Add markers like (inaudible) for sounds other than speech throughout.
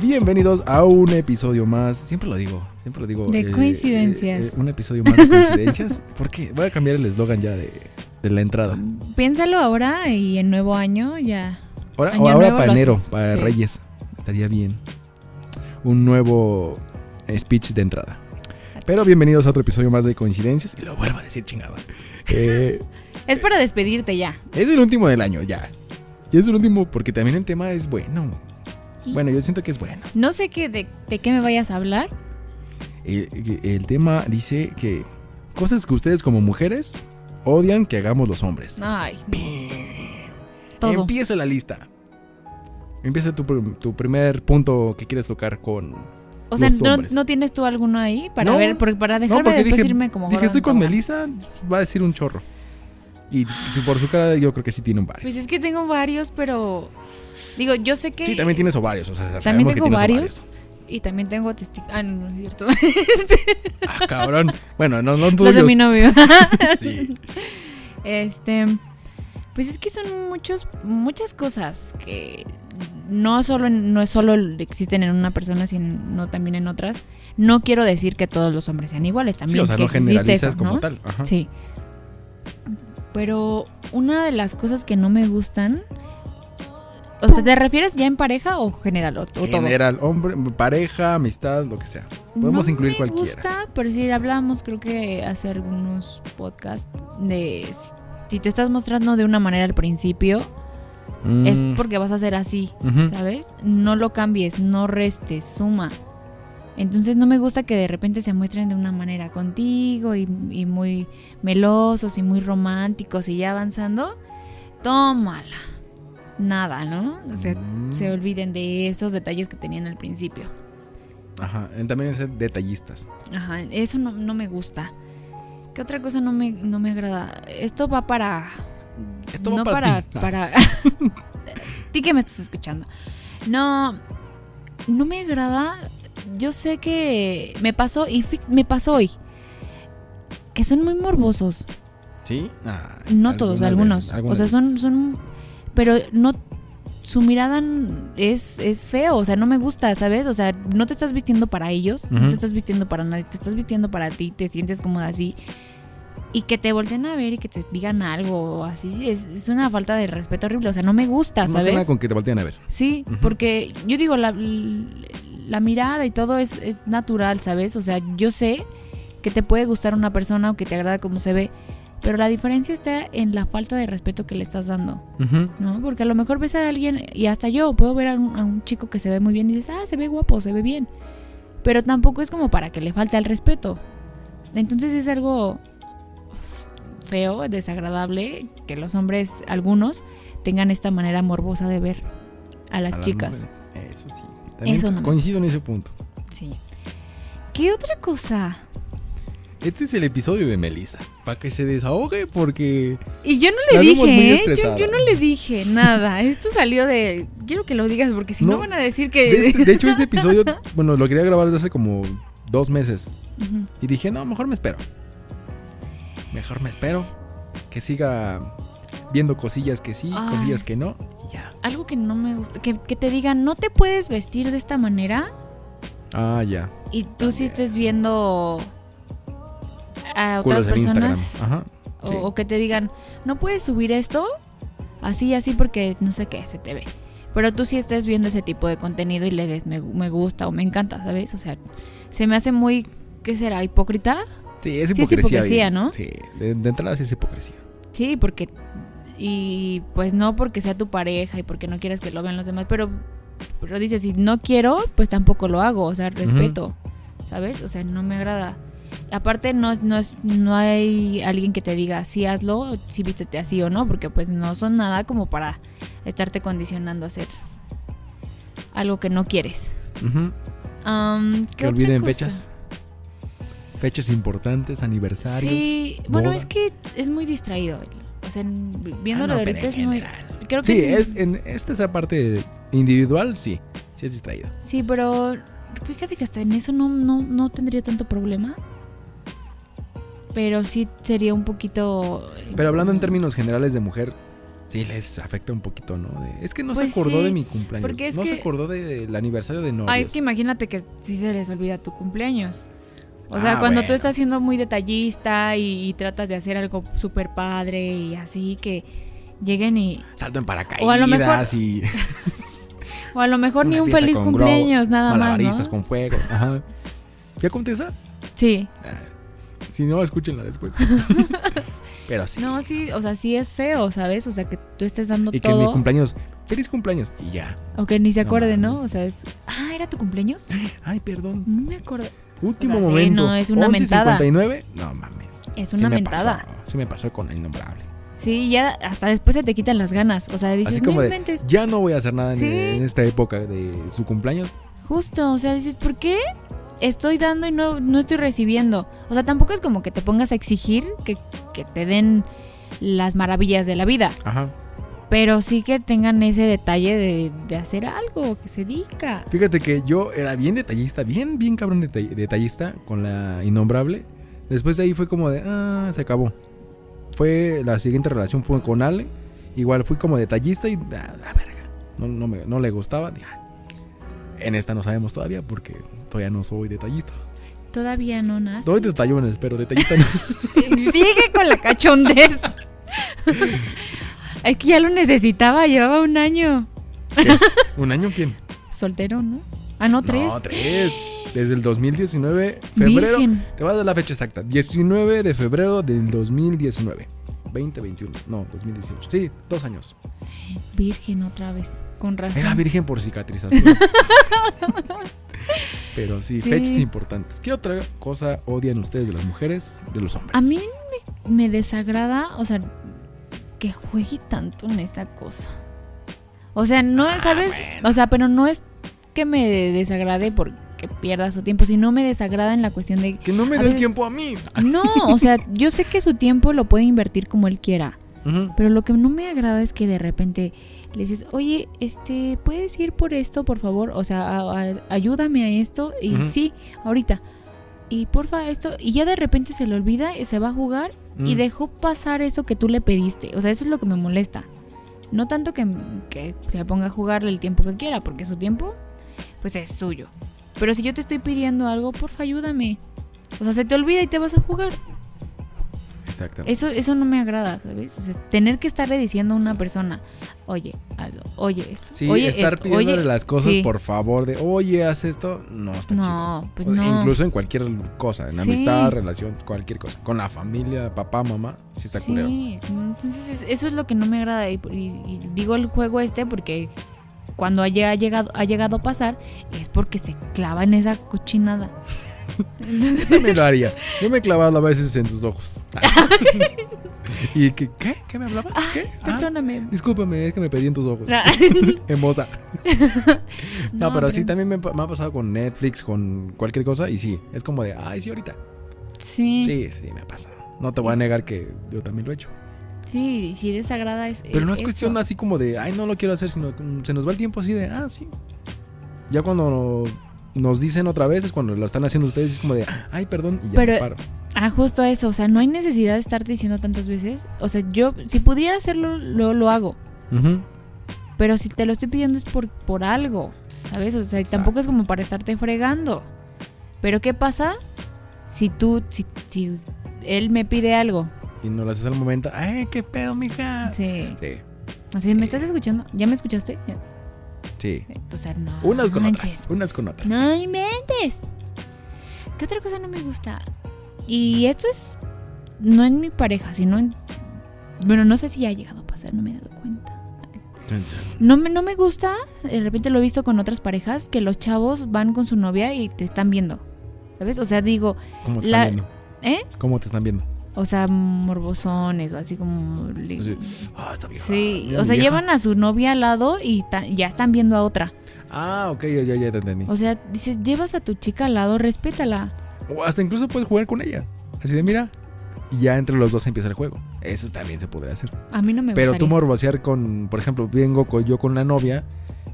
Bienvenidos a un episodio más. Siempre lo digo, siempre lo digo. eh, De coincidencias. un episodio más de (laughs) coincidencias. ¿Por qué? Voy a cambiar el eslogan ya de, de la entrada. Piénsalo ahora y en nuevo año ya. Ahora, Año ahora nuevo para lo enero, haces. para Sí. Reyes. Estaría bien. Un nuevo speech de entrada. Pero bienvenidos a otro episodio más de coincidencias. Y lo vuelvo a decir chingada. Eh, Es para despedirte ya. es el último del año, ya. Y es el último porque también el tema es bueno. Sí. Bueno, yo siento que es bueno. No sé qué de, de qué me vayas a hablar. El, Eh, el tema dice que cosas que ustedes como mujeres odian que hagamos los hombres. Ay. Todo. Empieza la lista. Empieza tu, prim- tu primer punto que quieres tocar con... o sea, los no, hombres. no tienes tú alguno ahí para No. ver, porque para dejarme porque después dije- irme como Dije, gorda en estoy con tobogán. Melissa, va a decir un chorro. Y su- por su cara yo creo que sí tiene un varios. Pues es que tengo varios, pero digo, yo sé que Sí, también tienes ovarios. O sea, sabemos También que tengo tienes varios. ovarios. y también tengo testículos. Ah, no, no es cierto. (laughs) Ah, cabrón. Bueno, no, no tuyos. Los de mi novio. (laughs) (laughs) Sí. Este, pues es que son muchos, muchas cosas que no solo, en- no es solo existen en una persona, sino también en otras. No quiero decir que todos los hombres sean iguales, Sí, también. o sea, que no existe generalizas eso, como ¿no? tal. Ajá. Sí. Pero una de las cosas que no me gustan, o sea, ¿te refieres ya en pareja o general o, o todo? General, hombre, pareja, amistad, lo que sea. Podemos No incluir me cualquiera. gusta, pero sí hablábamos, creo que hace algunos podcasts de s- si te estás mostrando de una manera al principio, Mm, es porque vas a ser así, ujú. ¿sabes? No lo cambies, no restes, suma. Entonces no me gusta que de repente se muestren de una manera contigo y, y muy melosos y muy románticos y ya avanzando. Tómala. Nada, ¿no? O sea, Mm. se olviden de esos detalles que tenían al principio. Ajá, eh, también es ser detallistas. Ajá, eso no, no me gusta. ¿Qué otra cosa no me, no me agrada? Esto va para. Esto va no para ti. Ah. para. (laughs) ti que me estás escuchando. No. No me agrada. Yo sé que me pasó y fi- me pasó hoy. Que son muy morbosos. ¿Sí? Ah, No todos, algunas algunos. veces, algunas o sea, son, veces. son. Pero no. Su mirada n- es, es feo, o sea, no me gusta, ¿sabes? O sea, no te estás vistiendo para ellos, no Ujú. te estás vistiendo para nadie, te estás vistiendo para ti, te sientes cómoda así. Y que te volteen a ver y que te digan algo o así, es, es una falta de respeto horrible, o sea, no me gusta, Más que nada ¿sabes? con que te voltean a ver. Sí, Ujú. porque yo digo, la, la mirada y todo es, es natural, ¿sabes? O sea, yo sé que te puede gustar una persona o que te agrada como se ve, pero la diferencia está en la falta de respeto que le estás dando, ¿no? Porque a lo mejor ves a alguien y hasta yo puedo ver a un, a un chico que se ve muy bien y dices, ah, se ve guapo, se ve bien, pero tampoco es como para que le falte el respeto. Entonces es algo feo, desagradable, que los hombres, algunos, tengan esta manera morbosa de ver a las A chicas. mujeres. Eso sí. También Eso no me coincido en ese punto. Sí. ¿Qué otra cosa? Este es el episodio de Melissa. Para que se desahogue, porque. Y yo no La le vimos muy dije, ¿eh? yo, estresada. yo no le dije nada. Esto salió de... Quiero que lo digas porque si no, No. van a decir De, que... este- de hecho, este episodio, bueno, lo quería grabar desde hace como dos meses. (laughs) Ujú. Y dije, no, mejor me espero. Mejor me espero. Que siga viendo cosillas que sí, Ay. cosillas que no. Y ya. Algo que no me gusta, que, que te digan, no te puedes vestir de esta manera Ah, ya. y tú sí También. estés viendo a otras Culos en Instagram. personas. Ajá. O, Sí. o que te digan, no puedes subir esto así, así, porque no sé qué, se te ve. Pero tú sí estés viendo ese tipo de contenido y le des me, me gusta o me encanta, ¿sabes? O sea, se me hace muy, ¿qué será? ¿Hipócrita? Sí, es Sí, es hipocresía. hipocresía, y- ¿no? Sí, de, de entrada sí es hipocresía. Sí, porque... Y pues no porque sea tu pareja y porque no quieras que lo vean los demás, pero, pero dices, si no quiero, pues tampoco lo hago, o sea, respeto, ¿sabes? O sea, no me agrada. Aparte, no, no, es- no hay alguien que te diga, sí, hazlo, sí, vístete así o no, porque pues no son nada como para estarte condicionando a hacer algo que no quieres. Ujú. Am, ¿qué Que otra olviden cosa? fechas. Fechas importantes, aniversarios. Sí, bueno, bodas. es que es muy distraído. O sea, Ah, viéndolo no, de pero ahorita en es muy... general. Creo que Sí, es, en esta esa parte individual, sí. Sí es distraído. Sí, pero fíjate que hasta en eso no, no, no tendría tanto problema. Pero sí sería un eh, poquito. Pero hablando en términos generales de mujer, Sí, les afecta un poquito, ¿no? De, es que no se Pues acordó sí, de mi cumpleaños. porque es no se que- acordó de- del aniversario de novios. Ah, es que imagínate que si se les olvida tu cumpleaños. O sea, Ah, cuando tú bueno. estás siendo muy detallista y, y tratas de hacer algo súper padre y así que lleguen y... Salto en paracaídas O a lo mejor- y. O a lo mejor una ni un fiesta feliz con cumpleaños, globo, nada más, ¿no? Malabaristas con (laughs) fuego. Ajá. ¿Ya conté esa? Sí. Si no, escúchenla (laughs) después. Pero sí. No, sí, o sea, sí es feo, ¿sabes? O sea, que tú estés dando y que en mi todo cumpleaños. ¡Feliz cumpleaños! Y ya. o que ni se No acuerde, ¿no? mames. O sea, es... Ah, ¿era tu cumpleaños? Ay, perdón. No me acuerdo. Último O sea, sí, momento. no, es una mentada. 11.59. No mames. Es sí una me mentada. pasó. Sí me pasó con el innombrable. Sí, ya hasta después se te quitan las ganas. O sea, dices, Así como no de, inventes. ya no voy a hacer nada en- Sí. en esta época de su cumpleaños. Justo, o sea, dices, ¿por qué estoy dando y no, no estoy recibiendo? O sea, tampoco es como que te pongas a exigir que, que te den las maravillas de la vida. Ajá. Pero sí que tengan ese detalle de, de hacer algo, que se diga. Fíjate que yo era bien detallista, bien, bien cabrón detall- detallista con la innombrable. Después de ahí fue como de, ah, se acabó. Fue, la siguiente relación fue con Ale. Igual fui como detallista y, ah, la verga. No, no, me- no le gustaba. Dije, "Ah". En esta no sabemos todavía porque todavía no soy detallista. Todavía no nace. (laughs) (laughs) Doy detallones, pero detallista no. Sigue con la cachondez. (laughs) es que ya lo necesitaba, llevaba un año. ¿Qué? ¿Un año quién? Soltero, ¿no? Ah, no, tres. No, tres. Desde el 2019, febrero. Virgen. Te voy a dar la fecha exacta. 19 de febrero del 2019. 2021. No, 2018. Sí, dos años. Virgen otra vez, con razón. Era virgen por cicatrización. (laughs) Pero sí, Sí. fechas importantes. ¿Qué otra cosa odian ustedes de las mujeres, de los hombres? A mí me, me desagrada, o sea, que juegue tanto en esa cosa. O sea, no, ¿sabes? O sea, pero no es que me desagrade porque pierda su tiempo, sino me desagrada en la cuestión de... Que no me a dé el veces- tiempo a mí. No, o sea, yo sé que su tiempo lo puede invertir como él quiera, Ujú. pero lo que no me agrada es que de repente le dices, oye, este, ¿puedes ir por esto, por favor? O sea, a- a- ayúdame a esto. Y Ujú. sí, ahorita. Y porfa, esto. Y ya de repente se le olvida y se va a jugar y Mm. dejó pasar eso que tú le pediste. O sea, eso es lo que me molesta. No tanto que, que se ponga a jugarle el tiempo que quiera, porque su tiempo, pues es suyo. Pero si yo te estoy pidiendo algo, porfa, ayúdame. O sea, se te olvida y te vas a jugar. Exactamente. Eso, eso no me agrada, ¿sabes? O sea, tener que estarle diciendo a una persona, oye, hazlo, oye esto. Sí, oye estar esto, pidiéndole oye-". las cosas Sí. por favor de, oye, haz esto, no está chido. No, pues O- no. Incluso en cualquier cosa, en Sí. amistad, relación, cualquier cosa. Con la familia, papá, mamá, sí está culero. Sí, entonces es- eso es lo que no me agrada. Y, y- y digo el juego este porque cuando haya llegado, ha llegado a pasar es porque se clava en esa cochinada. Entonces, Yo me lo haría. Yo me clavaba a veces en tus (laughs) ojos. ¿Y que, qué? ¿Qué me hablabas? ¿Qué? Ah, perdóname. discúlpame, es que me pedí en tus ojos. (laughs) No, Hermosa. No, pero sí, pero- también me, pa- me ha pasado con Netflix, con cualquier cosa. Y sí, es como de, ay, sí, ahorita. Sí, sí, Sí, sí, me ha pasado. No te voy a negar que yo también lo he hecho. sí, desagrada. Es, Pero no es eso. cuestión así como de, ay, no lo quiero hacer, sino que se nos va el tiempo así de, ah, sí. Ya cuando nos dicen otra vez es cuando lo están haciendo ustedes, es como de, ay, perdón, y ya Pero- me paro. Ah, justo eso. O sea, no hay necesidad de estarte diciendo tantas veces. O sea, yo, si pudiera hacerlo, lo, lo hago. Ujú. Pero si te lo estoy pidiendo es por, por algo, ¿sabes? O sea, y tampoco es como para estarte fregando. Pero ¿qué pasa si tú, si, si él me pide algo? Y no lo haces al momento, ay, qué pedo, mija. Sí. Sí, O sea, ¿me estás escuchando? ¿Ya me escuchaste? Ya. sí. O sea, no. Unas con manches. otras, unas con otras. No inventes. ¿Qué otra cosa no me gusta? Y esto es no en mi pareja, sino en... Bueno, no sé si ya ha llegado a pasar, no me he dado cuenta. Chun, chun. No me, no me gusta, de repente lo he visto con otras parejas, que los chavos van con su novia y te están viendo. ¿Sabes? O sea, digo, ¿Cómo te La- están viendo? ¿eh? ¿Cómo te están viendo? O sea, morbosones o así como... le- Así, Sí, ah, está vieja, mira o mi vieja. sea, llevan a su novia al lado y ta- ya están viendo a otra. Ah, ok, ya, ya, ya te entendí. O sea, dices, llevas a tu chica al lado, respétala. O hasta incluso puedes jugar con ella. Así de, mira. Y ya entre los dos empieza el juego. Eso también se podría hacer. A mí no me Pero tú gustaría. morbosear con, por ejemplo, vengo co- yo con la novia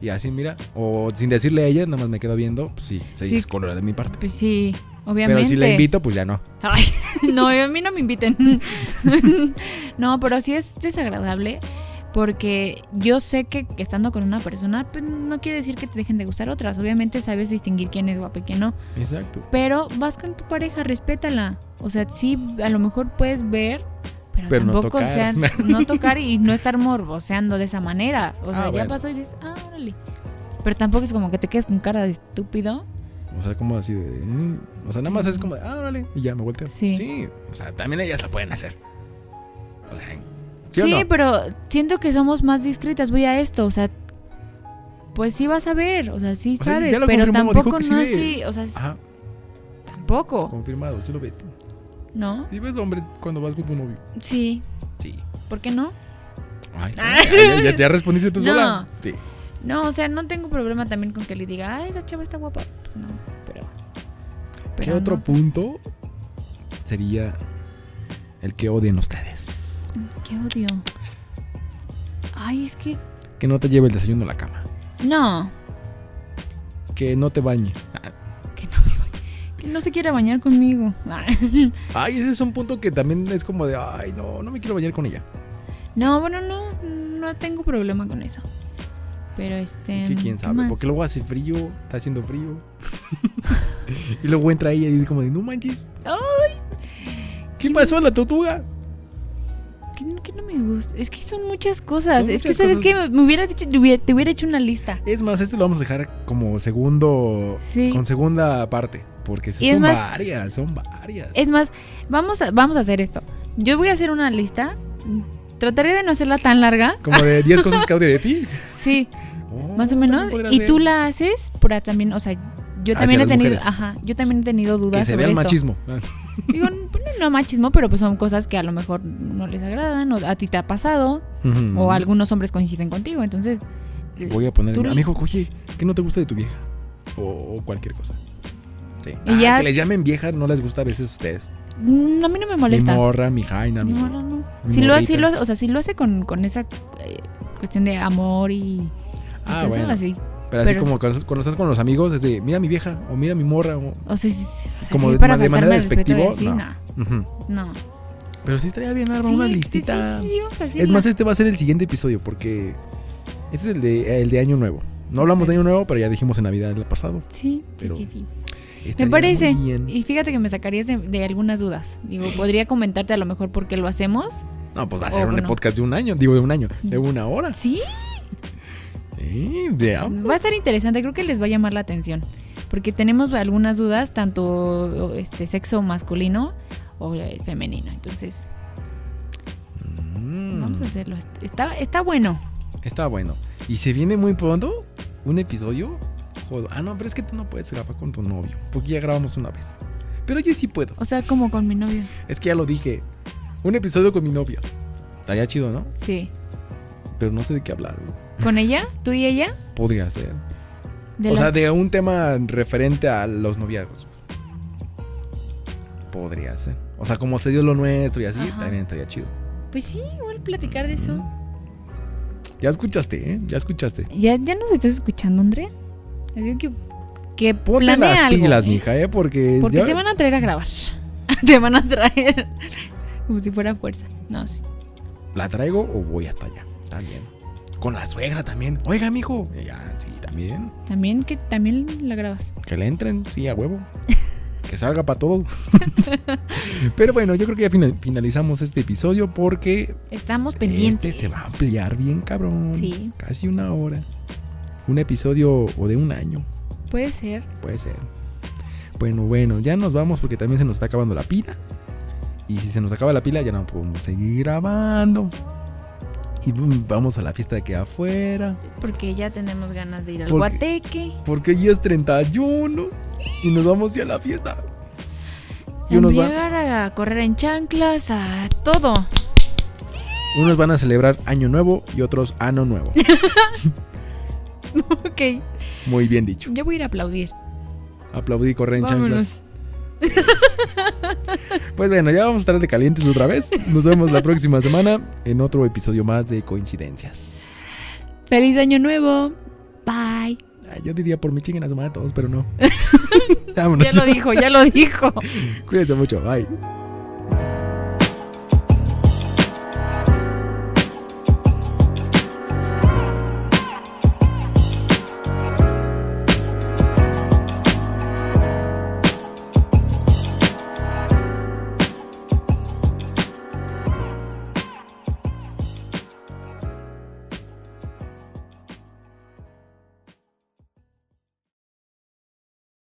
y así, mira, o sin decirle a ella, nada más me quedo viendo, pues sí, se Sí. descolora de mi parte. Pues sí, obviamente. Pero si la invito, pues ya no. Ay, (laughs) no, a mí no me inviten. no, pero sí es desagradable. Porque yo sé que, que estando con una persona, pues, no quiere decir que te dejen de gustar otras. Obviamente sabes distinguir quién es guapa y quién no. Exacto. Pero vas con tu pareja, respétala. O sea, sí, a lo mejor puedes ver, pero, Pero no tampoco tocar. seas- no tocar. y no estar morboseando de esa manera. O sea, Ah, ya bueno. pasó y dices, ah, órale. Pero tampoco es como que te quedes con cara de estúpido. O sea, como así de. mm, O sea, nada más es como de, ah, órale, y ya me volteo. Sí. O sea, también ellas lo pueden hacer. O sea, ¿sí, Sí, pues. o no? pero siento que somos más discretas. Voy a esto, o sea, pues sí vas a ver, o sea, sí O sea, sabes, ya lo pero confirmó, dijo tampoco que sí no ve. Ah. así, o sea, s- Ajá, tampoco, confirmado, sí lo ves. ¿no? Sí ves hombres cuando vas con tu novio. Sí, Sí. ¿por qué no? Ay, Ah. ya, ya- ya respondiste tú (laughs) No. sola. Sí. No, o sea, no tengo problema también con que le diga, ah, esa chava está guapa. No, pero. ¿Qué pero otro no. punto sería el que odien ustedes? Qué odio. Ay, es que. Que no te lleve el desayuno a la cama. No, Que no te bañe. que no me bañe. Que no se quiera bañar conmigo. (laughs) Ay, ese es un punto que también es como de, ay, no, no me quiero bañar con ella. No, bueno, no, no tengo problema con eso. Pero este. Que quién ¿qué sabe, más? porque luego hace frío, está haciendo frío. (laughs) y luego entra ella y dice como de, no manches. ¿Qué ¿Qué pasó a la tortuga? Que no, que no me gusta. Es que son muchas cosas. Son es que, muchas ¿sabes cosas. que Me hubieras dicho, te hubiera, te hubiera hecho una lista. Es más, este lo vamos a dejar como segundo, Sí. con segunda parte, porque Y es son más- varias, son varias. Es más, vamos a, vamos a hacer esto. Yo voy a hacer una lista. Trataré de no hacerla tan larga. Como de 10 cosas (laughs) que odio de ti. Sí, Oh, más o también menos. podría Y ser. tú la haces para también, o sea, Hacia yo también he las tenido, mujeres. ajá, yo también he tenido dudas Que se vea sobre el esto. machismo. Ah, Digo, no, no machismo, pero pues son cosas que a lo mejor no les agradan o a ti te ha pasado Ujú. o algunos hombres coinciden contigo, entonces Mm. Voy a poner Tú a le- mi hijo, oye, ¿qué no te gusta de tu vieja? O, o cualquier cosa. Sí. Y Ah, ya- Que les llamen vieja no les gusta a veces a ustedes. mm, a mí no me Mi molesta. morra, mi jaina, mi. No, no, no. mi Si lo, morrita. si lo, o sea, si lo hace con, con esa eh, cuestión de amor y Ah, entonces, bueno. así. Pero así Pero- como cuando estás, cuando estás con los amigos, es de, mira mi vieja o mira mi morra. o- O sea, si- o sea, Como si de- para de manera faltarme al respeto y despectiva, así, no. no. Ujú. No. Pero sí estaría bien armar Sí, una sí, listita. Sí, sí, sí, vamos a Es hacerla. más, este va a ser el siguiente episodio porque este es el de, el de Año Nuevo. No hablamos de Año Nuevo, pero ya dijimos en Navidad el pasado. Sí, sí, pero sí, sí. Estaría Me muy parece. bien. Y fíjate que me sacarías de, de algunas dudas. Digo, podría comentarte a lo mejor por qué lo hacemos. No, pues va a Oh, ser un bueno. podcast de un año, digo de un año, de una hora. Sí, Sí, de- va a ser interesante. Creo que les va a llamar la atención. Porque tenemos algunas dudas, tanto este sexo masculino o eh, femenino. Entonces, Mm. vamos a hacerlo. Está, está bueno. Está bueno. Y se viene muy pronto un episodio. Joder. Ah, no, pero es que tú no puedes grabar con tu novio. Porque ya grabamos una vez. Pero yo sí puedo. O sea, como con mi novio. Es que ya lo dije. Un episodio con mi novia. Estaría chido, ¿no? Sí. Pero no sé de qué hablar. güey. ¿Con ella? ¿Tú y ella? Podría ser. De o las- sea, de un tema referente a los noviazgos. Podría ser. O sea, como se dio lo nuestro y así, Ajá. también estaría chido. Pues sí, igual platicar de eso. Ya escuchaste, ¿eh? Ya escuchaste. ¿Ya, ya nos estás escuchando, Andrea? Así que, que Ponte planea las algo. pilas, ¿eh? mija, ¿eh? Porque, Porque ya- te van a traer a grabar. (laughs) te van a traer como si fuera fuerza. No, sí. ¿La traigo o voy hasta allá? También. Con la suegra también. Oiga, mijo. Y Ya, sí, también. También que también la grabas. Que le entren, sí, a huevo. (laughs) Que salga para todo. (laughs) Pero bueno, yo creo que ya fina- finalizamos este episodio porque Estamos pendientes. este se va a ampliar bien, cabrón. Sí. Casi una hora. Un episodio o de un año, Puede ser. puede ser. Bueno, bueno, ya nos vamos porque también se nos está acabando la pila. Y si se nos acaba la pila, ya no podemos seguir grabando. Y mm, vamos a la fiesta de aquí afuera. Porque ya tenemos ganas de ir al Porque- guateque. Porque ya es 31 y nos vamos a ir a la fiesta. Y A unos, van- llegar a correr en chanclas, a todo. (laughs) unos van a celebrar Año Nuevo y otros Ano Nuevo. ok. Muy bien dicho. Yo voy a ir a aplaudir. Aplaudí, correr en chanclas. Vámonos. Pues bueno, ya vamos a estar de calientes otra vez. Nos vemos la próxima semana en otro episodio más de Coincidencias. Feliz año nuevo. Bye. Ah, Yo diría por mi chinguen a su madre a todos, pero no. (laughs) Vámonos. Ya lo dijo, ya lo dijo. Cuídense mucho. Bye.